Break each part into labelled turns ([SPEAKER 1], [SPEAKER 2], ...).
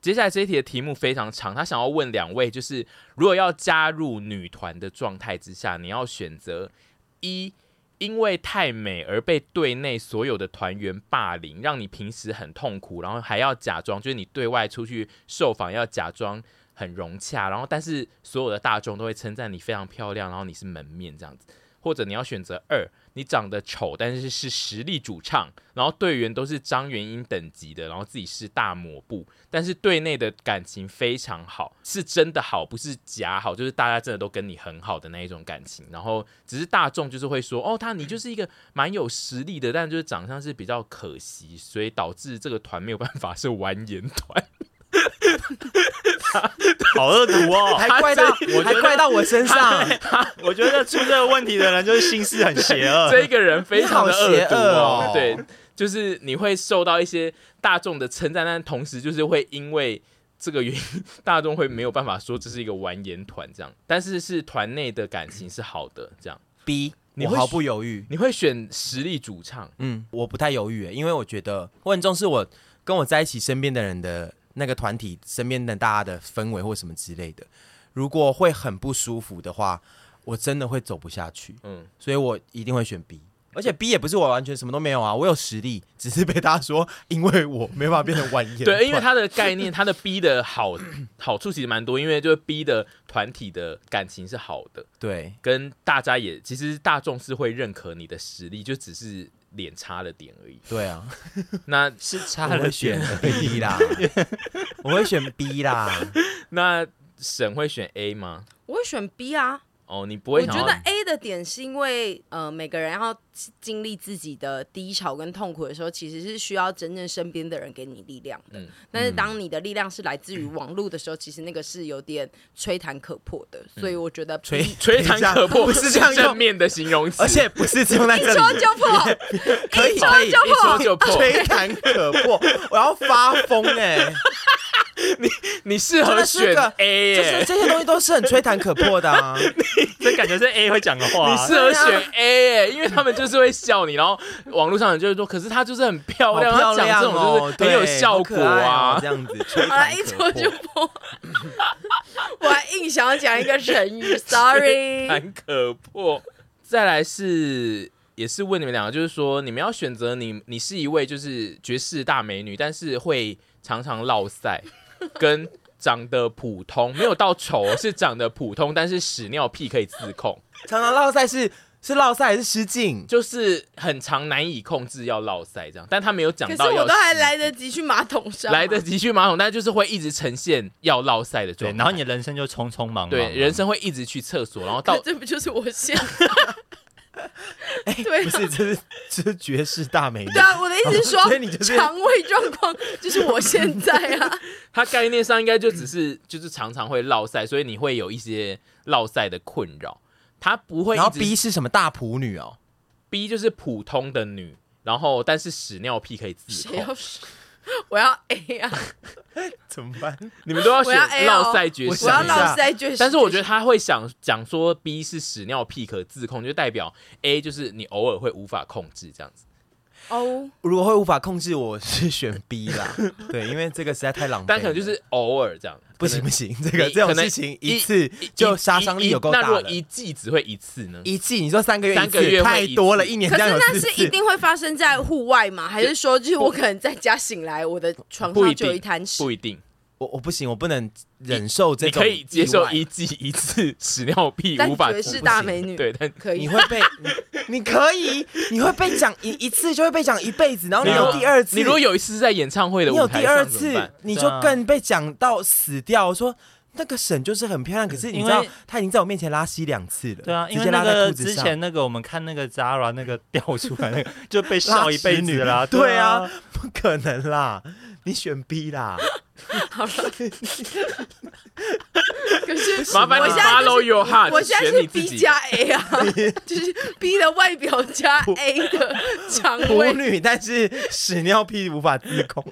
[SPEAKER 1] 接下来这一题的题目非常长，他想要问两位，就是如果要加入女团的状态之下，你要选择一，因为太美而被队内所有的团员霸凌，让你平时很痛苦，然后还要假装，就是你对外出去受访要假装很融洽，然后但是所有的大众都会称赞你非常漂亮，然后你是门面这样子。或者你要选择二，你长得丑，但是是实力主唱，然后队员都是张元英等级的，然后自己是大抹布，但是队内的感情非常好，是真的好，不是假好，就是大家真的都跟你很好的那一种感情。然后只是大众就是会说，哦，他你就是一个蛮有实力的，但就是长相是比较可惜，所以导致这个团没有办法是完颜团。
[SPEAKER 2] 好恶毒哦！
[SPEAKER 3] 还怪到
[SPEAKER 2] 我觉
[SPEAKER 3] 还
[SPEAKER 2] 得
[SPEAKER 3] 怪到我身上，
[SPEAKER 2] 我觉得出这个问题的人就是心思很邪恶。
[SPEAKER 1] 这个人非常的恶
[SPEAKER 3] 你好
[SPEAKER 1] 毒
[SPEAKER 3] 邪恶哦
[SPEAKER 1] 对，就是你会受到一些大众的称赞，但同时就是会因为这个原因，大众会没有办法说这是一个完颜团这样，但是是团内的感情是好的这样。
[SPEAKER 3] B，
[SPEAKER 1] 你
[SPEAKER 3] 我
[SPEAKER 1] 会
[SPEAKER 3] 毫不犹豫。
[SPEAKER 1] 你会选实力主唱，
[SPEAKER 3] 嗯，我不太犹豫耶，因为我觉得我很重视我跟我在一起身边的人的那个团体身边的大家的氛围或什么之类的。如果会很不舒服的话，我真的会走不下去，
[SPEAKER 1] 嗯，
[SPEAKER 3] 所以我一定会选 B。而且 B 也不是我完全什么都没有啊，我有实力，只是被大家说因为我没办法变成晚宴。
[SPEAKER 1] 对，因为它的概念， 它的 B 的好 好处其实蛮多，因为就是 B 的团体的感情是好的，
[SPEAKER 3] 对
[SPEAKER 1] 跟大家也其实大众是会认可你的实力，就只是脸差了点 而已。
[SPEAKER 3] 对啊，
[SPEAKER 1] 那
[SPEAKER 2] 是差
[SPEAKER 3] 我会选 B 啦， 我会选 B 啦。
[SPEAKER 1] 那沈会选 A 吗？
[SPEAKER 4] 我会选 B 啊。
[SPEAKER 1] 哦，你不
[SPEAKER 4] 我
[SPEAKER 1] 会
[SPEAKER 4] 觉
[SPEAKER 1] 想
[SPEAKER 4] 得
[SPEAKER 1] 要
[SPEAKER 4] A 的点是因为呃，每个人要经历自己的低潮跟痛苦的时候，其实是需要真正身边的人给你力量的。
[SPEAKER 1] 嗯
[SPEAKER 4] 但是当你的力量是来自于网络的时候，其实那个是有点吹弹可破的。所以我觉得 B,
[SPEAKER 3] 吹
[SPEAKER 1] 嗯吹弹可破，
[SPEAKER 3] 不是这样
[SPEAKER 1] 正
[SPEAKER 3] 用，
[SPEAKER 1] 面的形容词，
[SPEAKER 3] 而且不是只用在
[SPEAKER 4] 一
[SPEAKER 3] 这里
[SPEAKER 4] 戳，就破，
[SPEAKER 3] 可以可以
[SPEAKER 4] 一戳就
[SPEAKER 1] 哦一说
[SPEAKER 4] 破。
[SPEAKER 1] 就破。
[SPEAKER 3] 吹弹可破，我要发疯哎、
[SPEAKER 1] 你适合选
[SPEAKER 3] 真的是个
[SPEAKER 1] A，
[SPEAKER 3] 就
[SPEAKER 1] 耶
[SPEAKER 3] 是这些东西都是很吹弹可破的 啊。
[SPEAKER 2] 这感觉是 A 会讲的话
[SPEAKER 1] 你
[SPEAKER 2] 啊。
[SPEAKER 1] 适合选 A，耶因为他们就是会笑你，然后网络上人就会说，可是她就是很漂
[SPEAKER 3] 好
[SPEAKER 1] 亮，
[SPEAKER 3] 漂
[SPEAKER 1] 她讲
[SPEAKER 3] 亮
[SPEAKER 1] 这
[SPEAKER 3] 哦
[SPEAKER 1] 种，就是很有
[SPEAKER 3] 对
[SPEAKER 1] 效
[SPEAKER 3] 好
[SPEAKER 1] 果
[SPEAKER 3] 可爱哦
[SPEAKER 1] 啊
[SPEAKER 3] 这。样子吹
[SPEAKER 4] 好了，
[SPEAKER 3] 弹
[SPEAKER 4] 一
[SPEAKER 3] 可
[SPEAKER 4] 戳就
[SPEAKER 3] 破。
[SPEAKER 4] 破。 我还硬想要讲一个成语，sorry。
[SPEAKER 1] 弹可破。再来是也是问你们两个，就是说你们要选择你你是一位就是绝世大美女，但是会常常落赛，跟长得普通没有到丑哦，是长得普通，但是屎尿屁可以自控，
[SPEAKER 3] 常常落赛是是落赛还是失 禁？
[SPEAKER 1] 就是很常难以控制要落赛这样，但他没有讲
[SPEAKER 4] 可是
[SPEAKER 1] 到要
[SPEAKER 4] 我都还
[SPEAKER 1] 屎
[SPEAKER 4] 来得及去马桶上、啊
[SPEAKER 1] 来得。及去马桶，但就是会一直呈现要落赛的
[SPEAKER 2] 对，
[SPEAKER 1] 状态。
[SPEAKER 2] 然后你人生就匆匆忙忙。
[SPEAKER 3] 啊
[SPEAKER 1] 对人生会一直去厕所，然后
[SPEAKER 4] 可
[SPEAKER 1] 到
[SPEAKER 4] 这不就是我现在？对
[SPEAKER 3] 不
[SPEAKER 4] 啊，
[SPEAKER 3] 是，这是这是绝世大美女
[SPEAKER 4] 对。啊，我的意思是
[SPEAKER 1] 哦
[SPEAKER 4] 说，
[SPEAKER 3] 所以你就是
[SPEAKER 4] 肠胃状况就是我现在 啊，
[SPEAKER 1] 它概念上应该就只是 就是常常会落赛，所以你会有一些落赛的困扰。它不会
[SPEAKER 3] 然后
[SPEAKER 1] 一直
[SPEAKER 3] B 是什么大普女哦？
[SPEAKER 1] B 就是普通的女，然后但是屎尿屁可以自
[SPEAKER 4] 谁
[SPEAKER 1] 控
[SPEAKER 4] 要，我要 A 啊，
[SPEAKER 3] 怎么办？
[SPEAKER 1] 你们都要选
[SPEAKER 4] 我要 A 哦
[SPEAKER 1] 落赛绝世
[SPEAKER 4] 我要
[SPEAKER 3] 想一下
[SPEAKER 4] 老塞爵士。
[SPEAKER 1] 但是我觉得他会想讲说 B 是屎尿屁可自控，就代表 A 就是你偶尔会无法控制这样子。
[SPEAKER 4] 哦，
[SPEAKER 3] 如果会无法控制，我是选 B 啦。对，因为这个实在太狼狈了。
[SPEAKER 1] 但可能就是偶尔这样，
[SPEAKER 3] 不行不行，这
[SPEAKER 1] 可能
[SPEAKER 3] 个这种
[SPEAKER 1] 可能
[SPEAKER 3] 事情一次就杀伤力有够
[SPEAKER 1] 一
[SPEAKER 3] 大
[SPEAKER 1] 那如果
[SPEAKER 3] 了。
[SPEAKER 1] 一季只会一次呢？
[SPEAKER 3] 一季，你说三个月一次
[SPEAKER 1] 三个月会
[SPEAKER 3] 太
[SPEAKER 1] 一次
[SPEAKER 3] 多了，一年
[SPEAKER 4] 可
[SPEAKER 3] 这
[SPEAKER 4] 是
[SPEAKER 3] 样有
[SPEAKER 4] 那
[SPEAKER 3] 四
[SPEAKER 4] 是
[SPEAKER 3] 次
[SPEAKER 4] 一定会发生在户外吗？还是说就是我可能在家醒来，我的床
[SPEAKER 1] 不一
[SPEAKER 4] 上就
[SPEAKER 1] 定
[SPEAKER 4] 有一滩屎
[SPEAKER 1] 不？一定，
[SPEAKER 3] 我我不行，我不能忍受这
[SPEAKER 1] 你
[SPEAKER 3] 种
[SPEAKER 1] 可
[SPEAKER 3] 意外。啊
[SPEAKER 1] 以接受一季一次屎尿屁
[SPEAKER 4] 但
[SPEAKER 1] 无法
[SPEAKER 4] 爵
[SPEAKER 1] 自
[SPEAKER 4] 士
[SPEAKER 1] 控
[SPEAKER 4] 大美女
[SPEAKER 1] 对，但
[SPEAKER 4] 可以啊
[SPEAKER 3] 你。会被你你可以，你会被讲一一次就会被讲一辈子，然后你
[SPEAKER 1] 你如
[SPEAKER 3] 有第二次，
[SPEAKER 1] 你如果有一次在演唱会的
[SPEAKER 3] 你有
[SPEAKER 1] 舞台
[SPEAKER 3] 第二
[SPEAKER 1] 上怎么
[SPEAKER 3] 次
[SPEAKER 1] 办？，
[SPEAKER 3] 你
[SPEAKER 2] 对
[SPEAKER 3] 就
[SPEAKER 2] 啊
[SPEAKER 3] 更被讲到死掉。说那个沈就是很漂亮，可是你
[SPEAKER 2] 因
[SPEAKER 3] 知道
[SPEAKER 2] 为
[SPEAKER 3] 她已经在我面前拉稀两次了，
[SPEAKER 2] 对啊，因
[SPEAKER 3] 直
[SPEAKER 2] 为
[SPEAKER 3] 接
[SPEAKER 2] 那
[SPEAKER 3] 拉在
[SPEAKER 2] 个
[SPEAKER 3] 裤子
[SPEAKER 2] 之
[SPEAKER 3] 上。
[SPEAKER 2] 前那个我们看那个 Zara 那个掉出来那个就被笑一辈子啦。
[SPEAKER 3] 拉屎女对啊，不可能啦，你选 B 啦，
[SPEAKER 4] 可 是
[SPEAKER 1] 麻烦
[SPEAKER 4] 我
[SPEAKER 1] 你
[SPEAKER 4] 现在
[SPEAKER 1] follow
[SPEAKER 4] 就是
[SPEAKER 1] your heart，
[SPEAKER 4] 我现在
[SPEAKER 1] 选
[SPEAKER 4] 是
[SPEAKER 1] 你自
[SPEAKER 4] B
[SPEAKER 1] 己
[SPEAKER 4] 加。A 啊， 就是 B 的外表加 A 的肠
[SPEAKER 3] 普
[SPEAKER 4] 胃。
[SPEAKER 3] 女，但是屎尿屁无法自 控。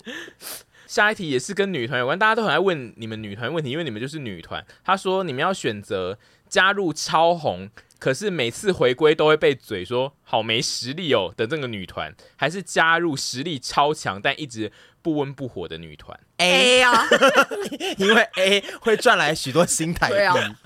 [SPEAKER 1] 下一题也是跟女团有关，大家都很爱问你们女团问题，因为你们就是女团。他说你们要选择加入超红，可是每次回归都会被嘴说好没实力哦的这个女团，还是加入实力超强但一直不温不火的女团。
[SPEAKER 3] A，
[SPEAKER 4] A 啊，
[SPEAKER 3] 因为 A 会赚来许多新台
[SPEAKER 4] 对
[SPEAKER 3] 币。
[SPEAKER 4] 啊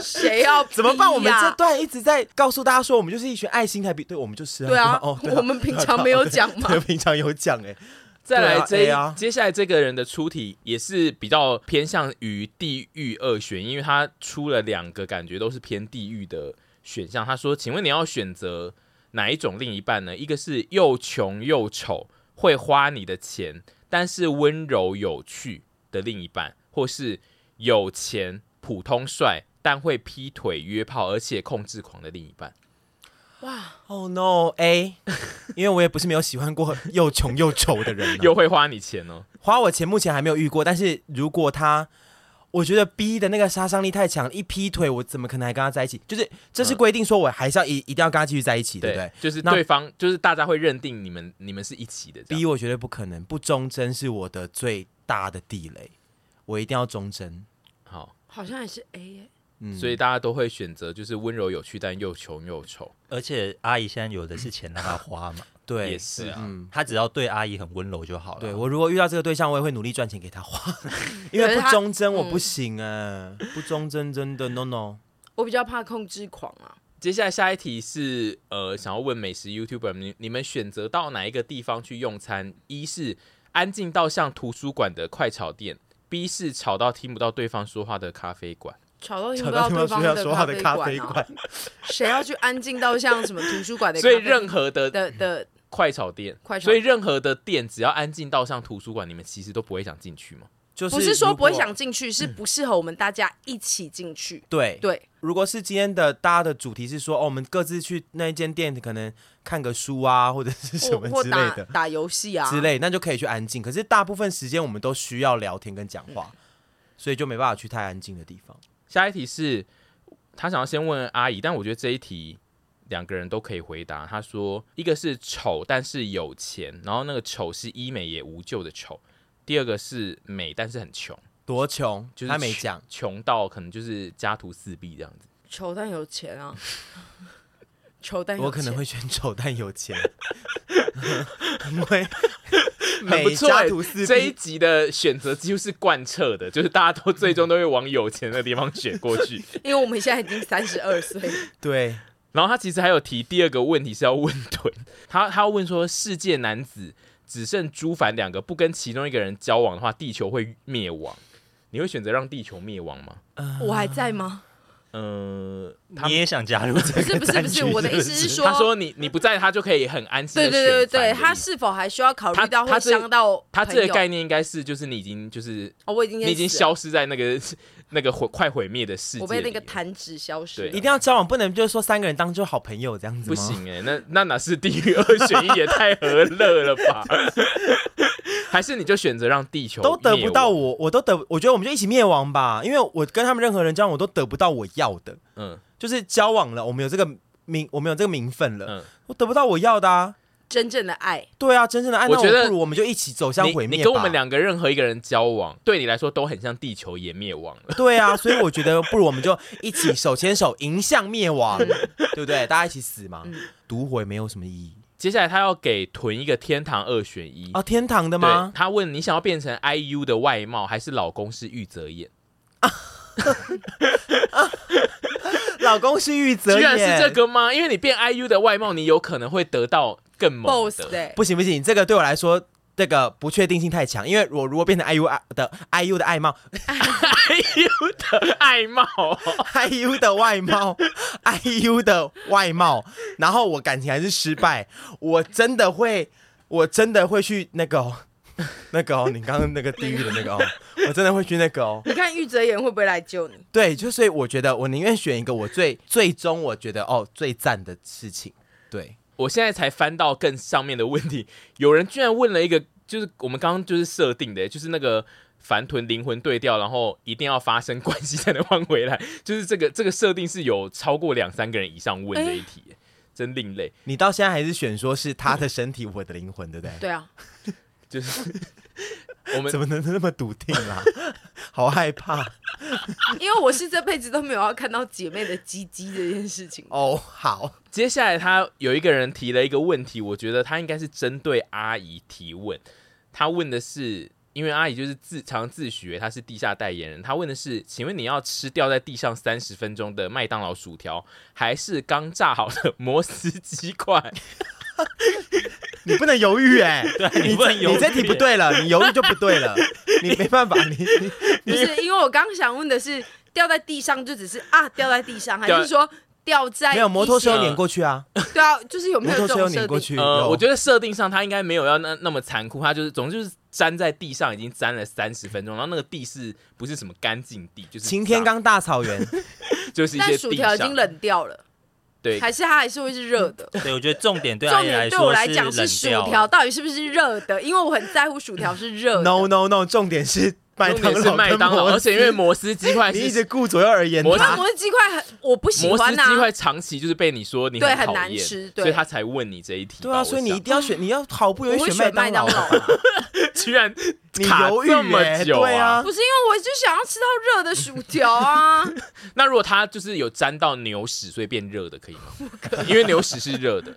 [SPEAKER 4] 谁要、啊
[SPEAKER 3] 怎么办？我们这。段一直在告诉大家说，我们就是一群爱心台币，对，我们就是
[SPEAKER 4] 对啊
[SPEAKER 3] 哦，对
[SPEAKER 4] 我们平常没有讲嘛 啊
[SPEAKER 3] 对，平常有讲哎，
[SPEAKER 1] 再来
[SPEAKER 3] 对啊
[SPEAKER 1] 这一、
[SPEAKER 3] A 啊
[SPEAKER 1] 接下来这个人的出题也是比较偏向于地狱二选一，因为他出了两个感觉都是偏地狱的选项。他说：“请问你要选择哪一种另一半呢？一个是又穷又丑，会花你的钱，但是温柔有趣的另一半，或是有钱普通帅。”但会劈腿、约炮，而且控制狂的另一半，
[SPEAKER 3] Oh no A，因为我也不是没有喜欢过又穷又丑的人、啊，
[SPEAKER 1] 又会花你钱哦。
[SPEAKER 3] 花我钱目前还没有遇过，但是如果他，我觉得 B 的那个杀伤力太强，一劈腿我怎么可能还跟他在一起？就是这是规定说我还是要一一定要跟他继续在一起，对不对
[SPEAKER 1] 就是
[SPEAKER 3] 那
[SPEAKER 1] 对方，就是大家会认定你们你们是一起的这样。
[SPEAKER 3] ？B 我觉得不可能，不忠贞是我的最大的地雷，我一定要忠贞。
[SPEAKER 1] 好，
[SPEAKER 4] 好像也是 A，耶啊
[SPEAKER 3] 嗯，
[SPEAKER 1] 所以大家都会选择就是温柔有趣但又穷又丑，
[SPEAKER 2] 而且阿姨现在有的是钱让她花嘛，
[SPEAKER 3] 对
[SPEAKER 1] 也，是
[SPEAKER 2] 对啊
[SPEAKER 3] 嗯，
[SPEAKER 2] 她只要对阿姨很温柔就好了。
[SPEAKER 3] 对我如果遇到这个对象，我也会努力赚钱给他 花，因为
[SPEAKER 4] 可是
[SPEAKER 3] 不
[SPEAKER 4] 他
[SPEAKER 3] 忠贞
[SPEAKER 4] 嗯
[SPEAKER 3] 我不行啊，不忠贞真的 no no。
[SPEAKER 4] 我比较怕控制狂啊。
[SPEAKER 1] 接下来下一题是呃，想要问美食 YouTuber，你你们选择到哪一个地方去用餐？一是安静到像图书馆的快炒店，B 是吵到听不到对方说话的咖啡馆。
[SPEAKER 4] 吵到听
[SPEAKER 3] 吵
[SPEAKER 4] 不
[SPEAKER 3] 到
[SPEAKER 4] 到
[SPEAKER 3] 听不
[SPEAKER 4] 对
[SPEAKER 3] 到
[SPEAKER 4] 方
[SPEAKER 3] 说话的咖啡
[SPEAKER 4] 啡
[SPEAKER 3] 馆
[SPEAKER 4] 馆、 啊，谁要去安静到像什么图书馆的咖
[SPEAKER 1] 所
[SPEAKER 4] 啡
[SPEAKER 1] 以
[SPEAKER 4] 馆？
[SPEAKER 1] 任何的
[SPEAKER 4] 的的
[SPEAKER 1] 快炒店，
[SPEAKER 4] 快炒
[SPEAKER 1] 所以任何的店只要安静到像图书馆，你们其实都不会想进去吗？
[SPEAKER 3] 就是
[SPEAKER 4] 不是说不会
[SPEAKER 3] 如果嗯
[SPEAKER 4] 想进去，是不适合我们大家一起进去。
[SPEAKER 3] 对
[SPEAKER 4] 对，
[SPEAKER 3] 如果是今天的大家的主题是说，哦，我们各自去那一间店，可能看个书啊，或者是什
[SPEAKER 4] 或
[SPEAKER 3] 么
[SPEAKER 4] 或
[SPEAKER 3] 之类
[SPEAKER 4] 打
[SPEAKER 3] 的
[SPEAKER 4] 打游戏啊
[SPEAKER 3] 之。类，那就可以去安静。可是大部分时间我们都需要聊天跟讲话，所以就没办法去太安静的地方。
[SPEAKER 1] 下一题是他想要先问阿姨，但我觉得这一题两个人都可以回答。他说，一个是丑但是有钱，然后那个丑是医美也无救的丑；第二个是美但是很穷，
[SPEAKER 3] 多穷，
[SPEAKER 1] 就是
[SPEAKER 3] 他没
[SPEAKER 1] 穷
[SPEAKER 3] 讲，
[SPEAKER 1] 穷到可能就是家徒四壁这样子。
[SPEAKER 4] 丑但有钱啊， 丑但有钱
[SPEAKER 3] 我可能会选 丑但有钱，因为
[SPEAKER 1] 很不
[SPEAKER 3] 美
[SPEAKER 1] 错
[SPEAKER 3] 家
[SPEAKER 1] 欸
[SPEAKER 3] 徒四
[SPEAKER 1] 这一
[SPEAKER 3] 壁。
[SPEAKER 1] 集的选择几乎是贯彻的，就是大家都 最终都会往有钱的地方选过去。
[SPEAKER 4] 因为我们现在已经三十 二岁，
[SPEAKER 3] 对，
[SPEAKER 1] 然后他其实还有提第二个问题是要问臀， 他他要问说，世界男子只剩朱凡两个，不跟其中一个人交往的话，地球会灭亡。你会选择让地球灭亡吗？
[SPEAKER 4] 我还 在吗？
[SPEAKER 1] 呃，他
[SPEAKER 2] 你也想加入这
[SPEAKER 4] 不是
[SPEAKER 2] 个
[SPEAKER 4] 不是
[SPEAKER 2] 战
[SPEAKER 4] 不
[SPEAKER 2] 局？
[SPEAKER 4] 是，我的意思
[SPEAKER 2] 不
[SPEAKER 4] 是说，
[SPEAKER 1] 他说你你不在，他就可以很安心。
[SPEAKER 4] 对对对对对，他
[SPEAKER 1] 他
[SPEAKER 4] 是否还需要考
[SPEAKER 1] 他
[SPEAKER 4] 虑到
[SPEAKER 1] 他
[SPEAKER 4] 会
[SPEAKER 1] 这
[SPEAKER 4] 伤到
[SPEAKER 1] 他这
[SPEAKER 4] 朋
[SPEAKER 1] 个
[SPEAKER 4] 友
[SPEAKER 1] 概念应该是就是你已经就是
[SPEAKER 4] 哦，我已经
[SPEAKER 1] 你已经
[SPEAKER 4] 死了
[SPEAKER 1] 消失在那个 那个毁快毁灭的世界里
[SPEAKER 4] 我
[SPEAKER 1] 了，
[SPEAKER 4] 被那个弹指消失
[SPEAKER 1] 对
[SPEAKER 4] 了
[SPEAKER 3] 一定要交往，不能就是说三个人当做好朋友这样子
[SPEAKER 1] 不
[SPEAKER 3] 吗？
[SPEAKER 1] 行哎、那那哪是地狱二选一，也太和乐了吧？ 还是你就选择让地球
[SPEAKER 3] 都得
[SPEAKER 1] 灭
[SPEAKER 3] 不到
[SPEAKER 1] 亡？
[SPEAKER 3] 我，我都得，我觉得我们就一起灭亡吧，因为我跟他们任何人交往，我都得不到我要的，
[SPEAKER 1] 嗯，
[SPEAKER 3] 就是交往了，我们有这个名，我们有这个名分了，
[SPEAKER 1] 嗯
[SPEAKER 3] 我得不到我要的啊，
[SPEAKER 4] 真正的爱，
[SPEAKER 3] 对啊，真正的爱，
[SPEAKER 1] 我觉得
[SPEAKER 3] 那不如我们就一起走向毁
[SPEAKER 1] 你
[SPEAKER 3] 灭
[SPEAKER 1] 你
[SPEAKER 3] 吧
[SPEAKER 1] 跟我们两个任何一个人交往，对你来说都很像地球也灭亡了。
[SPEAKER 3] 对啊，所以我觉得不如我们就一起手牵手迎向灭亡，对不对？大家一起死
[SPEAKER 1] 嗯
[SPEAKER 3] 嘛，独毁没有什么意义
[SPEAKER 1] 接下来他要给囤一个天堂二选一
[SPEAKER 3] 啊，天堂的
[SPEAKER 1] 对
[SPEAKER 3] 吗？
[SPEAKER 1] 他问你想要变成 IU 的外貌，还是老公是玉泽演？
[SPEAKER 3] 老公是玉泽
[SPEAKER 1] 居
[SPEAKER 3] 演，
[SPEAKER 1] 然是这个吗？因为你变 IU 的外貌，你有可能会得到更猛
[SPEAKER 4] boss
[SPEAKER 1] 的。
[SPEAKER 4] 对、
[SPEAKER 3] 不行不行，这个对我来说。这个不确定性太强，因为我如果变成 IU 的 IU 的爱 貌，
[SPEAKER 1] IU 的外貌，
[SPEAKER 3] IU 的外貌，IU 的外貌，然后我感情还是失败，我真的会，我真的会去那个、哦，那个哦，你刚刚那个地狱的那个哦，我真的会去那个哦。
[SPEAKER 4] 你看玉泽演会不会来救你？
[SPEAKER 3] 对，就所以我觉得我宁愿选一个我最最终我觉得哦最赞的事情。对，
[SPEAKER 1] 我现在才翻到更上面的问题，有人居然问了一个，就是我们刚刚就是设定的，就是那个凡屯灵魂对调，然后一定要发生关系才能换回来，就是这个这个设定是有超过两三个人以上问这一题，真另类，
[SPEAKER 3] 你到现在还是选说是他的身体，我的灵魂，对不对？
[SPEAKER 4] 对啊，
[SPEAKER 1] 就是 我们
[SPEAKER 3] 怎么能那么笃定啊？好害怕，
[SPEAKER 4] 因为我是这辈子都没有要看到姐妹的鸡鸡这件事情。
[SPEAKER 3] 哦，好，
[SPEAKER 1] 接下来他有一个人提了一个问题，我觉得他应该是针对阿姨提问。他问的是，因为阿姨就是自常自学，她是地下代言人。他问的是，请问你要吃掉在地上三十分钟的麦当劳薯条，还是刚炸好的摩斯鸡 块？
[SPEAKER 3] 你不能犹豫哎、
[SPEAKER 2] 对你不能犹豫
[SPEAKER 3] 你这题不对了，你犹豫就不对 了，你没办法， 你你
[SPEAKER 4] 不是，因为我刚想问的是，掉在地上就只是啊掉在地上，还
[SPEAKER 1] 掉
[SPEAKER 4] 是说掉在
[SPEAKER 3] 没有摩托车
[SPEAKER 4] 一
[SPEAKER 3] 有碾过去啊，
[SPEAKER 4] 些？对啊，就是有没
[SPEAKER 3] 摩
[SPEAKER 4] 有
[SPEAKER 3] 托
[SPEAKER 4] 这
[SPEAKER 3] 车有
[SPEAKER 4] 种
[SPEAKER 3] 碾
[SPEAKER 4] 设
[SPEAKER 3] 过
[SPEAKER 4] 定？
[SPEAKER 3] 去。
[SPEAKER 1] 呃，我觉
[SPEAKER 3] 得
[SPEAKER 1] 得设定上他应该没有要那那么残酷，他就是总之就是粘在地上已经粘了三十分钟，然后那个地是不是什么干净地，就是
[SPEAKER 3] 晴天
[SPEAKER 1] 杂
[SPEAKER 3] 刚大草 原，
[SPEAKER 1] 就是一些
[SPEAKER 4] 但薯
[SPEAKER 1] 地
[SPEAKER 4] 条已
[SPEAKER 1] 上
[SPEAKER 4] 经冷掉了，
[SPEAKER 1] 对
[SPEAKER 4] 还是它还是会是热的？
[SPEAKER 2] 对，我觉得重点对阿
[SPEAKER 4] 重
[SPEAKER 2] 姨
[SPEAKER 4] 点对
[SPEAKER 2] 说
[SPEAKER 4] 我来讲
[SPEAKER 2] 是
[SPEAKER 4] 是
[SPEAKER 2] 冷
[SPEAKER 4] 薯
[SPEAKER 2] 掉
[SPEAKER 4] 条到底是不是热的，因为我很在乎薯条是热的。
[SPEAKER 3] No No No，重点是麦
[SPEAKER 1] 重
[SPEAKER 3] 当
[SPEAKER 1] 点
[SPEAKER 3] 劳
[SPEAKER 1] 是
[SPEAKER 3] 跟
[SPEAKER 1] 麦当劳，
[SPEAKER 3] 摩
[SPEAKER 1] 而且因为摩斯鸡块
[SPEAKER 3] 你一
[SPEAKER 1] 是
[SPEAKER 3] 直顾左右而言
[SPEAKER 1] 摩
[SPEAKER 4] 因为
[SPEAKER 1] 他
[SPEAKER 3] 他。
[SPEAKER 4] 摩斯鸡块很我不喜
[SPEAKER 1] 摩斯
[SPEAKER 4] 欢啊呐、
[SPEAKER 1] 鸡块长期就是被你说你
[SPEAKER 4] 对
[SPEAKER 1] 很讨
[SPEAKER 4] 很难
[SPEAKER 1] 厌
[SPEAKER 4] 吃对
[SPEAKER 1] 所以他才问你这一题吧。
[SPEAKER 3] 对啊，
[SPEAKER 1] 我
[SPEAKER 3] 所以你
[SPEAKER 1] 想
[SPEAKER 3] 一定要选，你要毫不犹
[SPEAKER 4] 我
[SPEAKER 3] 豫
[SPEAKER 4] 会选
[SPEAKER 3] 选
[SPEAKER 4] 麦
[SPEAKER 3] 当
[SPEAKER 4] 当劳
[SPEAKER 3] 劳。
[SPEAKER 4] 啊，
[SPEAKER 1] 居然
[SPEAKER 3] 你
[SPEAKER 1] 卡
[SPEAKER 3] 犹豫
[SPEAKER 1] 这么
[SPEAKER 3] 欸
[SPEAKER 1] 久
[SPEAKER 3] 对啊
[SPEAKER 4] 不是因为我就想要吃到热的薯条啊，
[SPEAKER 1] 那如果它就是有沾到牛屎，所以变热的，可以 吗？因为牛屎是热的，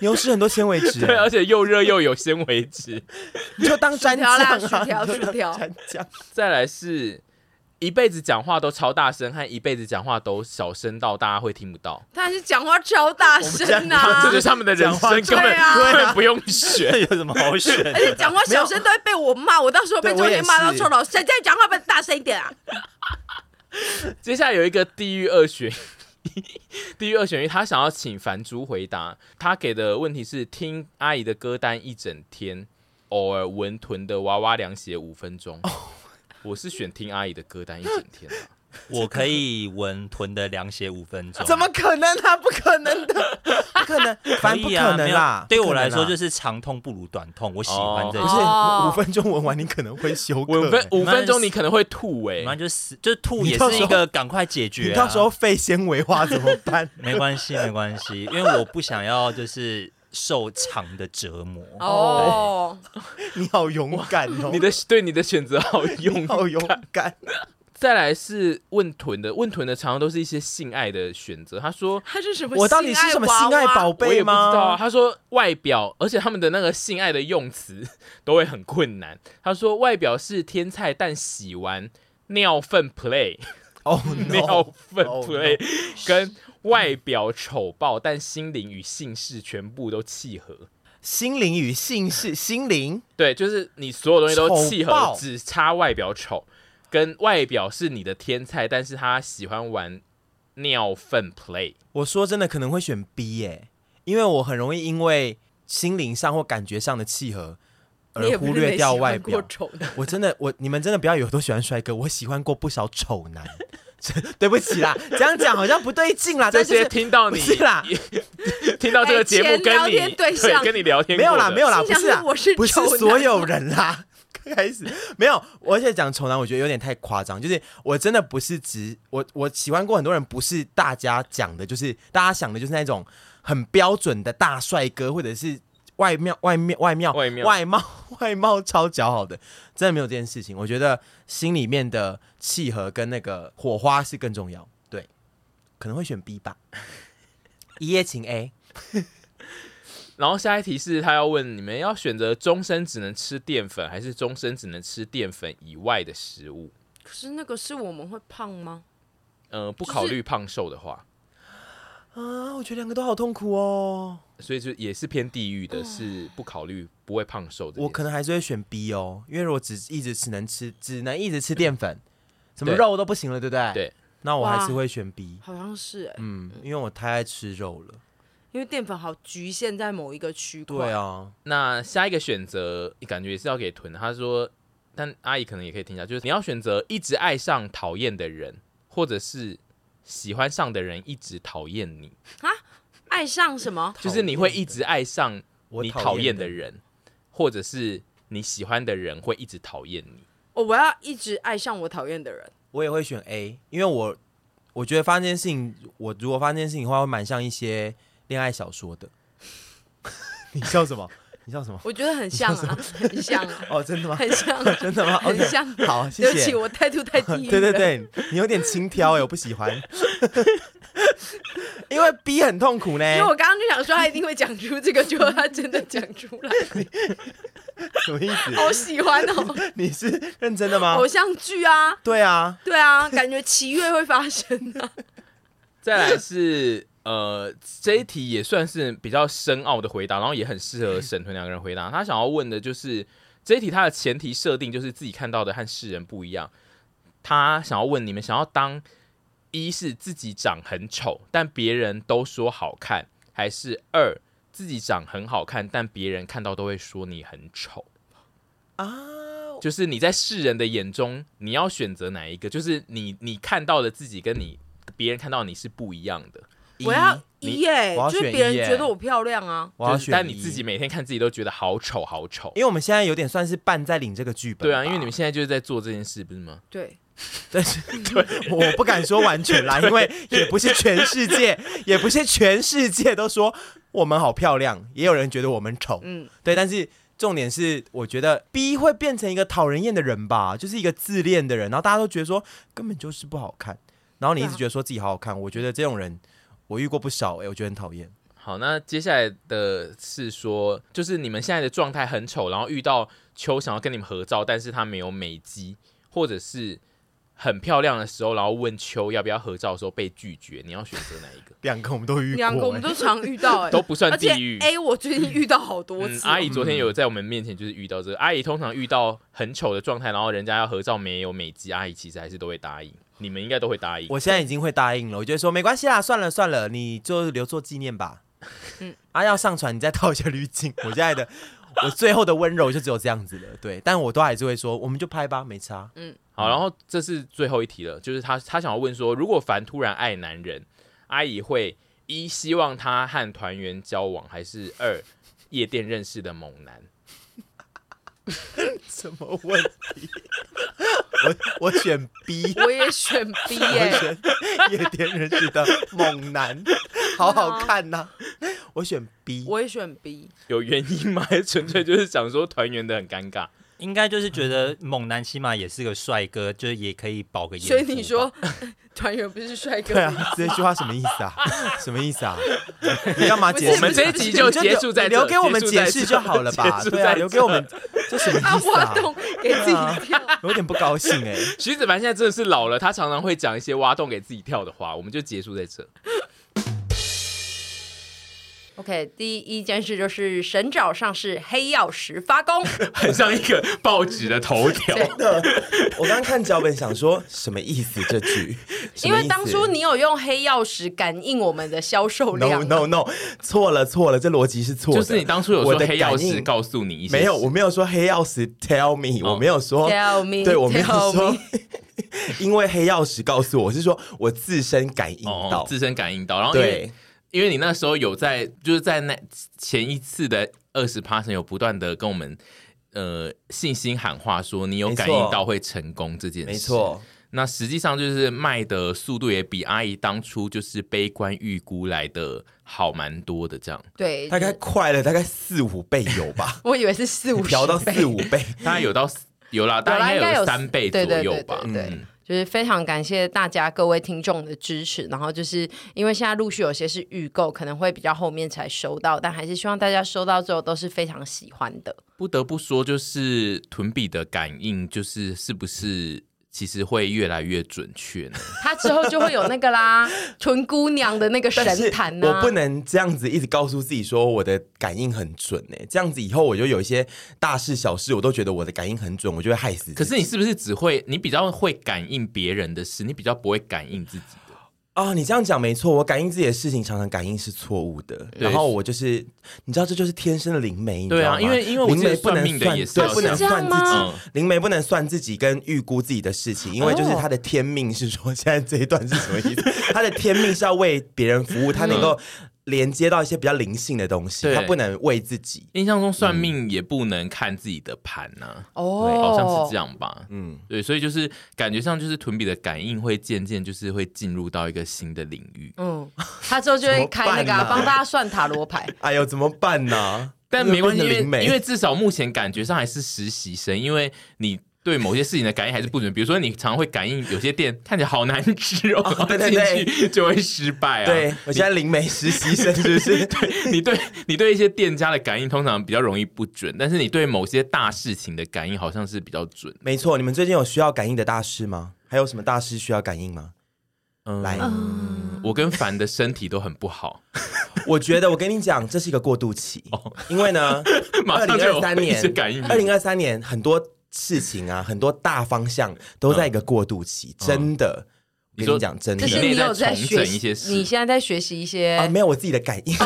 [SPEAKER 3] 牛屎很多纤维 质
[SPEAKER 1] 对，啊
[SPEAKER 3] 欸，
[SPEAKER 1] 而且又热又有纤维质。
[SPEAKER 3] 你就当蘸酱啊，
[SPEAKER 4] 薯条啦
[SPEAKER 3] 你
[SPEAKER 4] 薯条
[SPEAKER 3] 就当
[SPEAKER 4] 薯条
[SPEAKER 3] 蘸酱。
[SPEAKER 1] 再来是一辈子讲话都超大声，和一辈子讲话都小声到大家会听不到，
[SPEAKER 4] 但是讲话超大声啊
[SPEAKER 1] 这就，是他们的人生
[SPEAKER 3] 讲话
[SPEAKER 1] 根本
[SPEAKER 4] 对啊
[SPEAKER 1] 根本不用选。
[SPEAKER 2] 这有什么好选
[SPEAKER 4] 而且讲话小声都会被我骂，我到时候被
[SPEAKER 3] 对
[SPEAKER 4] 中
[SPEAKER 3] 我也
[SPEAKER 4] 间骂到
[SPEAKER 3] 是
[SPEAKER 4] 臭老师，谁在讲话不能大声一点啊？
[SPEAKER 1] 接下来有一个地狱二选一， 地狱二选一，他想要请凡珠回答。他给的问题是：听阿姨的歌单一整天，偶尔闻臀的娃娃凉鞋五分
[SPEAKER 3] 哦
[SPEAKER 1] 钟。我是选听阿姨的歌单一整天、 啊。
[SPEAKER 2] 我可以闻臀的凉鞋五分钟，
[SPEAKER 3] 怎么可能啊？不可能的，不可能，
[SPEAKER 2] 可
[SPEAKER 3] 反正不
[SPEAKER 2] 以
[SPEAKER 3] 可
[SPEAKER 2] 啊？
[SPEAKER 3] 能
[SPEAKER 2] 没
[SPEAKER 3] 啦
[SPEAKER 2] 有。对我来说就是是长痛不如短痛，我喜欢这
[SPEAKER 3] 不
[SPEAKER 2] 一
[SPEAKER 3] 是
[SPEAKER 2] 些。
[SPEAKER 4] 哦
[SPEAKER 3] 五分钟闻完，你可能会休克欸。
[SPEAKER 1] 五分五分钟
[SPEAKER 2] 那
[SPEAKER 1] 你可能会吐哎、
[SPEAKER 2] 反正就死，就是吐
[SPEAKER 3] 你
[SPEAKER 2] 也
[SPEAKER 3] 到
[SPEAKER 2] 是
[SPEAKER 3] 时
[SPEAKER 2] 一
[SPEAKER 3] 候
[SPEAKER 2] 个赶快解决、啊。
[SPEAKER 3] 你到时候肺纤维化怎么办？
[SPEAKER 2] 没关系，没关系，因为我不想要就是受长的折磨。
[SPEAKER 4] 哦，
[SPEAKER 3] 你好勇敢哦！
[SPEAKER 1] 你的对你的选择好用
[SPEAKER 3] 你好勇敢，
[SPEAKER 1] 再来是问臀的，问臀的常常都是一些性爱的选择。他说
[SPEAKER 4] 他是什么？
[SPEAKER 3] 我到底是什么性爱宝？
[SPEAKER 1] 我也
[SPEAKER 3] 贝
[SPEAKER 1] 不知道啊。
[SPEAKER 3] 吗？
[SPEAKER 1] 他说外表，而且他们的那个性爱的用词 都会很困难。他说外表是天菜，但洗完尿粪 play，、
[SPEAKER 3] 哦
[SPEAKER 1] 尿
[SPEAKER 3] no！
[SPEAKER 1] 粪
[SPEAKER 3] Oh,
[SPEAKER 1] play、跟外表丑爆，但心灵与性事全部都契合。
[SPEAKER 3] 心灵与性是心灵，
[SPEAKER 1] 对，就是你所有东西都契
[SPEAKER 3] 丑
[SPEAKER 1] 合
[SPEAKER 3] 爆，
[SPEAKER 1] 只差外表丑，跟外表是你的天菜，但是他喜欢玩尿粪 play。
[SPEAKER 3] 我说真的可能会选 B 耶、因为我很容易因为心灵上或感觉上的契合而
[SPEAKER 4] 你也不
[SPEAKER 3] 忽
[SPEAKER 4] 是
[SPEAKER 3] 略
[SPEAKER 4] 没喜
[SPEAKER 3] 掉
[SPEAKER 4] 欢
[SPEAKER 3] 外
[SPEAKER 4] 过
[SPEAKER 3] 表。
[SPEAKER 4] 丑的，
[SPEAKER 3] 我真的，我你们真的不要以为我都喜欢帅哥，我喜欢过不少丑男。 真对不起啦，这样讲好像不对劲啦。
[SPEAKER 1] 这
[SPEAKER 3] 啊但就是
[SPEAKER 1] 些听到你
[SPEAKER 3] 不是啦，
[SPEAKER 1] 听到这个节目
[SPEAKER 4] 哎前
[SPEAKER 1] 跟
[SPEAKER 4] 聊
[SPEAKER 1] 你
[SPEAKER 4] 天对象
[SPEAKER 1] 跟你聊天
[SPEAKER 3] 没有
[SPEAKER 1] 过
[SPEAKER 3] 啦，
[SPEAKER 1] 的
[SPEAKER 3] 没有啦，
[SPEAKER 4] 心
[SPEAKER 3] 不
[SPEAKER 4] 想
[SPEAKER 3] 是啦，
[SPEAKER 4] 说我是
[SPEAKER 3] 不是
[SPEAKER 4] 丑男
[SPEAKER 3] 所有人啦。 开始没有，我而且讲丑男，我觉得有点太夸张。就是我真的不是指我，我喜欢过很多人，不是大家讲的，就是大家想的就是那种很标准的大帅哥，或者是外貌、外面、外貌、
[SPEAKER 1] 外貌
[SPEAKER 3] 外貌、 外貌超姣好的，真的没有这件事情。我觉得心里面的契合跟那个火花是更重要。对，可能会选 B 吧， 一夜情 A。
[SPEAKER 1] 然后下一题是他要问你们要选择终身只能吃淀粉，还是终身只能吃淀粉以外的食物？
[SPEAKER 4] 可是那个是我们会胖吗？
[SPEAKER 1] 呃，不考虑胖瘦的话，
[SPEAKER 3] 啊，我觉得两个都好痛苦哦。
[SPEAKER 1] 所以就也是偏地域的，是不考虑不会胖瘦的。
[SPEAKER 3] 嗯我可能还是会选 B 哦，因为如果只一直只能吃，只能一直吃淀粉，什么
[SPEAKER 1] 对
[SPEAKER 3] 肉都不行嗯了，对不对？
[SPEAKER 1] 对。
[SPEAKER 3] 那我还
[SPEAKER 4] 哇
[SPEAKER 3] 是会选 B，
[SPEAKER 4] 好像是哎、
[SPEAKER 3] 嗯，因为我太爱吃肉了。
[SPEAKER 4] 因为淀粉好局限在某一个区块。
[SPEAKER 3] 对，啊，
[SPEAKER 1] 那下一个选择感觉也是要给囤。他说，但阿姨可能也可以听一下，就是你要选择一直爱上讨厌的人，或者是喜欢上的人一直讨厌你，
[SPEAKER 4] 爱上什么？
[SPEAKER 1] 就是你会一直爱上
[SPEAKER 3] 我
[SPEAKER 1] 你讨厌
[SPEAKER 3] 的
[SPEAKER 1] 的人，或者是你喜欢的人会一直讨厌你。
[SPEAKER 4] 哦，我要一直爱上我讨厌的人。
[SPEAKER 3] 我也会选 A，因为我我觉得发生这件事情，我 如果发生这件事情的话，会蛮像一些恋爱小说的。你笑什么？你叫什么？
[SPEAKER 4] 我觉得很像 啊，很像啊，
[SPEAKER 3] 哦，真的吗？
[SPEAKER 4] 很 像，啊
[SPEAKER 3] 真的吗？
[SPEAKER 4] 很
[SPEAKER 3] OK，
[SPEAKER 4] 像。
[SPEAKER 3] 好，谢
[SPEAKER 4] 对不起，
[SPEAKER 3] 谢。
[SPEAKER 4] 我态度太 低
[SPEAKER 3] 对对
[SPEAKER 4] 了，
[SPEAKER 3] 对，你有点轻佻哎，我不喜欢， 因为逼很痛苦呢。
[SPEAKER 4] 因为我刚刚就想说他一定会讲出这个，结果他真的讲出 来，
[SPEAKER 3] 什么意思？
[SPEAKER 4] 好喜欢 哦，
[SPEAKER 3] 你是认真的吗
[SPEAKER 4] 偶？像剧啊，
[SPEAKER 3] 对啊，
[SPEAKER 4] 对啊，感觉七月会发生 啊。
[SPEAKER 1] 再来是呃，这一题也算是比较深奥的回答，然后也很适合沈屯两个人回答。他想要问的就是这一题，它的前提设定就是自己看到的和世人不一样。他想要问你们，想要当一是自己长很丑，但别人都说好看，还是二自己长很好看，但别人看到都会说你很丑？
[SPEAKER 3] 啊，
[SPEAKER 1] 就是你在世人的眼中，你要选择哪一个？就是你你看到的自己跟你别人看到你是不一样的。
[SPEAKER 4] 我要
[SPEAKER 3] 你
[SPEAKER 4] 一耶，
[SPEAKER 3] 我要
[SPEAKER 4] 就
[SPEAKER 3] 选
[SPEAKER 4] 是
[SPEAKER 3] 一
[SPEAKER 4] 别人
[SPEAKER 3] 耶
[SPEAKER 4] 觉得我漂亮啊，
[SPEAKER 3] 我要
[SPEAKER 1] 就是
[SPEAKER 3] 选
[SPEAKER 1] 但你
[SPEAKER 3] 一
[SPEAKER 1] 自己，每天看自己都觉得好丑，好丑
[SPEAKER 3] 因。为我们现在有点算是半在领这个剧本吧。
[SPEAKER 1] 对啊，因为你们现在就是在做这件事，不是吗？
[SPEAKER 4] 对，
[SPEAKER 3] 但是 我不敢说完 全啦，因为也不是全世界，也不是全世界都说我们好漂亮，也有人觉得我们丑。
[SPEAKER 4] 嗯，
[SPEAKER 3] 对，但是重点是，我觉得 B 会变成一个讨人厌的人吧，就是一个自恋的人，然后大家都觉得说根本就是不好看，然后你一直
[SPEAKER 4] 对啊
[SPEAKER 3] 觉得说自己好好看，我觉得这种人我遇过不少，哎、我觉得很讨厌。？
[SPEAKER 1] 好，那接下来的是说，就是你们现在的状态很丑，然后遇到秋想要跟你们合照，但是他没有美肌，或者是很漂亮的时候，然后问秋要不要合照的时候被拒绝，你要选择哪一个
[SPEAKER 3] 两个我们都遇过、
[SPEAKER 4] 两个我们
[SPEAKER 3] 哎
[SPEAKER 4] 都常遇到哎，
[SPEAKER 1] 都不算
[SPEAKER 4] 而且
[SPEAKER 1] 地狱。
[SPEAKER 4] A 我最近遇到好多
[SPEAKER 1] 嗯，
[SPEAKER 4] 次哦，
[SPEAKER 1] 阿姨昨天有在我们面前就是遇到这个，阿姨通常遇到很丑的状态，然后人家要合照没有美肌，阿姨其实还是都会答应，你们应该都会答应。
[SPEAKER 3] 我现在已经会答应了，我就会说没关系啦，啊算了算了，你就留作纪念吧。嗯， 啊，要上传你再套一下滤镜。 我现在的我最后的温柔就只有这样子了，对，但我都还是会说，我们就拍吧，没差。
[SPEAKER 4] 嗯
[SPEAKER 1] 好，然后这是最后一题了，就是他他想要问说，如果凡突然爱男人，阿姨会一希望他和团员交往，还是二夜店认识的猛男？
[SPEAKER 3] 什么问题？ 我我选 B，
[SPEAKER 4] 我也选 B
[SPEAKER 3] 我
[SPEAKER 4] 耶，
[SPEAKER 3] 选夜店人士的猛 男，好好看呐、我选 B，
[SPEAKER 4] 我也选 B，
[SPEAKER 1] 有原因吗？还是纯粹就是想说团员的很尴尬？
[SPEAKER 2] 应该就是觉得猛男起码也是个帅哥，就是也可以保个颜。
[SPEAKER 4] 所以你说 团员不是帅哥
[SPEAKER 3] 对，啊，这句话什么意思啊？什么意 思啊？你干嘛解
[SPEAKER 4] 不
[SPEAKER 1] 我
[SPEAKER 3] 释？
[SPEAKER 1] 们这一集就结束在这，
[SPEAKER 3] 留给我们
[SPEAKER 1] 结束在
[SPEAKER 3] 解
[SPEAKER 1] 这
[SPEAKER 3] 释就好了吧？
[SPEAKER 1] 结束
[SPEAKER 3] 对
[SPEAKER 1] 在
[SPEAKER 3] 啊，
[SPEAKER 1] 这
[SPEAKER 3] 留给我们。这什么
[SPEAKER 4] 啊，
[SPEAKER 3] 意思啊
[SPEAKER 4] 挖？洞给自己跳，
[SPEAKER 3] 我有点不高兴哎、
[SPEAKER 1] 徐子凡现在真的是老了，他常常会讲一些挖洞给自己跳的话，我们就结束在这。
[SPEAKER 4] OK，第一件事就是神爪上市，黑曜石发功。
[SPEAKER 1] 很像一个报纸的头 条。
[SPEAKER 4] 对
[SPEAKER 3] 我刚刚看脚本想说什么意思这句？什
[SPEAKER 4] 因
[SPEAKER 3] 么意思
[SPEAKER 4] 为当初你有用黑曜石感应我们的销售
[SPEAKER 3] no
[SPEAKER 4] 量。
[SPEAKER 3] no no 错了错了，这逻辑是错的。
[SPEAKER 1] 就是你当初有
[SPEAKER 3] 我
[SPEAKER 1] 说
[SPEAKER 3] 的
[SPEAKER 1] 黑曜
[SPEAKER 3] 感
[SPEAKER 1] 石
[SPEAKER 3] 应
[SPEAKER 1] 告诉你一些，
[SPEAKER 3] 没有，我没有说黑曜石 tell me，、
[SPEAKER 1] 哦
[SPEAKER 3] 我没有说
[SPEAKER 4] Tell me，
[SPEAKER 3] 对我没有
[SPEAKER 4] tell
[SPEAKER 3] 说
[SPEAKER 4] me，
[SPEAKER 3] 因为黑曜石告诉我，我是说我自身感应到。
[SPEAKER 1] 哦，自身感应到，然后因为
[SPEAKER 3] 对，
[SPEAKER 1] 因为你那时候有在，就是在那前一次的二十 p a 有不断的跟我们呃信心喊话，说你有
[SPEAKER 3] 没错
[SPEAKER 1] 感应到会成功这件事。
[SPEAKER 3] 没。错，
[SPEAKER 1] 那实际上就是卖的速度也比阿姨当初就是悲观预估来的好蛮多的，这样
[SPEAKER 4] 对，，
[SPEAKER 3] 大概快了大概四五倍有吧
[SPEAKER 4] 我以为是四五十
[SPEAKER 3] 调到
[SPEAKER 4] 倍
[SPEAKER 3] 四五倍。
[SPEAKER 1] 大概有到有啦，大概
[SPEAKER 4] 应该
[SPEAKER 1] 有
[SPEAKER 4] 有
[SPEAKER 1] 三倍左
[SPEAKER 4] 对对
[SPEAKER 1] 右
[SPEAKER 4] 对
[SPEAKER 1] 吧。
[SPEAKER 4] 对对
[SPEAKER 1] 嗯
[SPEAKER 4] 就是非常感谢大家各位听众的支持，然后就是因为现在陆续有些是预购，可能会比较后面才收到，但还是希望大家收到之后都是非常喜欢的。
[SPEAKER 1] 不得不说，就是屯比的感应，就是是不是其实会越来越准确呢？
[SPEAKER 4] 他之后就会有那个 啦，纯姑娘的那个神
[SPEAKER 3] 但是
[SPEAKER 4] 坛啊呐、
[SPEAKER 3] 我不能这样子一直告诉自己说我的感应很准哎、这样子以后我就有一些大事小事我都觉得我的感应很准，我就会害死自己。
[SPEAKER 1] 可是你是不是只会你比较会感应别人的事，你比较不会感应自己的？
[SPEAKER 3] 哦，你这样讲没错，我感应自己的事情常常感应是错误的，
[SPEAKER 1] 对
[SPEAKER 3] 然后我就是，你知道这就是天生的灵媒，你
[SPEAKER 1] 对啊
[SPEAKER 3] 知道吗
[SPEAKER 1] 因为因为我
[SPEAKER 3] 灵
[SPEAKER 1] 记得
[SPEAKER 3] 媒不
[SPEAKER 1] 算
[SPEAKER 3] 能
[SPEAKER 1] 命的
[SPEAKER 3] 算
[SPEAKER 1] 也是
[SPEAKER 3] 对，
[SPEAKER 1] 要
[SPEAKER 3] 不能
[SPEAKER 4] 这样
[SPEAKER 3] 算自己
[SPEAKER 4] 哦
[SPEAKER 1] 吗，
[SPEAKER 3] 灵媒不能算自己跟预估自己的事情，因为就是
[SPEAKER 4] 哦
[SPEAKER 3] 他的天命是说，现在这一段是什么意 思？他的天命是要为别人服务，他能够连接到一些比较灵性的东
[SPEAKER 1] 嗯
[SPEAKER 3] 西，
[SPEAKER 1] 对
[SPEAKER 3] 他不能为自己。
[SPEAKER 1] 印象中
[SPEAKER 3] 嗯
[SPEAKER 1] 算命也不能看自己的盘呐、对，好像
[SPEAKER 4] 哦
[SPEAKER 1] 是这，样吧。
[SPEAKER 3] 嗯，
[SPEAKER 1] 对，所以就是感觉上就是屯比的感应会渐渐就是会进入到一个新的领域。
[SPEAKER 4] 嗯，他之后就会开那个、
[SPEAKER 3] 怎么办啊
[SPEAKER 4] 帮大家算塔罗牌。
[SPEAKER 3] 哎呦，怎么办呢、
[SPEAKER 1] 但没关系，
[SPEAKER 3] 又
[SPEAKER 1] 因
[SPEAKER 3] 变成灵
[SPEAKER 1] 为
[SPEAKER 3] 媒
[SPEAKER 1] 因为至少目前感觉上还是实习生，因为你对某些事情的感应还是不准，比如说你常会感应有些店看起来好难 吃哦，
[SPEAKER 3] 对对对
[SPEAKER 1] 进去就会失败啊。
[SPEAKER 3] 对我现在灵媒实习 生是不是？
[SPEAKER 1] 你对你对一些店家的感应通常比较容易不准，但是你对某些大事情的感应好像是比较准。
[SPEAKER 3] 没错，你们最近有需要感应的大师吗？还有什么大师需要感应吗？
[SPEAKER 1] 嗯，
[SPEAKER 3] 来，
[SPEAKER 1] 我跟凡的身体都很不好，
[SPEAKER 3] 我觉得我跟你讲，这是一个过渡期，因为呢，
[SPEAKER 1] 哦 马
[SPEAKER 3] 二
[SPEAKER 1] 上
[SPEAKER 3] 零
[SPEAKER 1] 就有
[SPEAKER 3] 二三
[SPEAKER 1] 一些
[SPEAKER 3] 年
[SPEAKER 1] 感应，
[SPEAKER 3] 二零二三年很多事情啊，很多大方向都在一个过渡期，真的。
[SPEAKER 1] 嗯你
[SPEAKER 3] 跟
[SPEAKER 1] 说
[SPEAKER 3] 你讲真的
[SPEAKER 4] 就
[SPEAKER 1] 体
[SPEAKER 4] 是
[SPEAKER 1] 内
[SPEAKER 4] 你
[SPEAKER 1] 在
[SPEAKER 4] 有在
[SPEAKER 1] 重
[SPEAKER 4] 学
[SPEAKER 1] 整
[SPEAKER 4] 习
[SPEAKER 1] 一些，事
[SPEAKER 4] 你现在在学习一些，
[SPEAKER 3] 啊，没有我自己的感应，
[SPEAKER 4] 因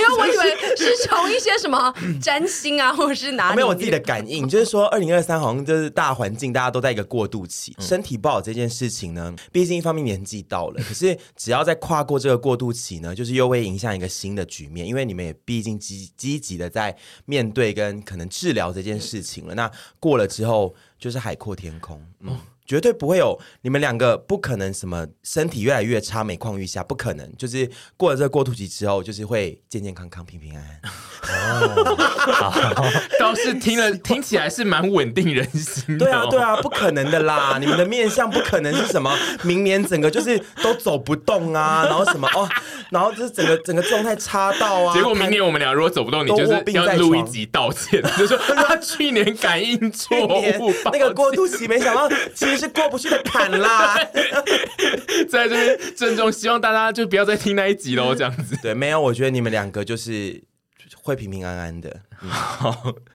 [SPEAKER 4] 为我以为是从一些什么占星啊，或者是哪里，
[SPEAKER 3] 哦没有我自己的感应， 就是说，二零二三好像就是大环境，大家都在一个过渡期。
[SPEAKER 4] 嗯
[SPEAKER 3] 身体不好这件事情呢，毕竟一方面年纪到 了，可是只要在跨过这个过渡期呢，就是又会影响一个新的局面，因为你们也毕竟积积极的在面对跟可能治疗这件事情了。那过了之后，就是海阔天空。
[SPEAKER 4] 哦
[SPEAKER 3] 嗯。绝对不会有你们两个不可能什么身体越来越差每况愈下，不可能。就是过了这个过渡期之后，就是会健健康康、平平安安。
[SPEAKER 1] 倒是听了听起来是蛮稳定人心的、哦。
[SPEAKER 3] 对啊，对啊，不可能的 啦！你们的面相不可能是什么，明年整个就是都走不动 啊，然后什么哦，然后就是整个整个状态差到啊。
[SPEAKER 1] 结果明年我们俩如果走不动，你
[SPEAKER 3] 都
[SPEAKER 1] 就
[SPEAKER 3] 卧
[SPEAKER 1] 是
[SPEAKER 3] 病
[SPEAKER 1] 要
[SPEAKER 3] 在
[SPEAKER 1] 录一
[SPEAKER 3] 床啊
[SPEAKER 1] 集道歉，就说他去年感应错
[SPEAKER 3] 看去年
[SPEAKER 1] 误，
[SPEAKER 3] 那个过
[SPEAKER 1] 抱
[SPEAKER 3] 渡期，没想到其实是过不去的坎 啦。
[SPEAKER 1] 歉在这边郑重希望大家就不要再听那一集喽，这样子。
[SPEAKER 3] 对，没有，我觉得你们两个就是会平平安安的。嗯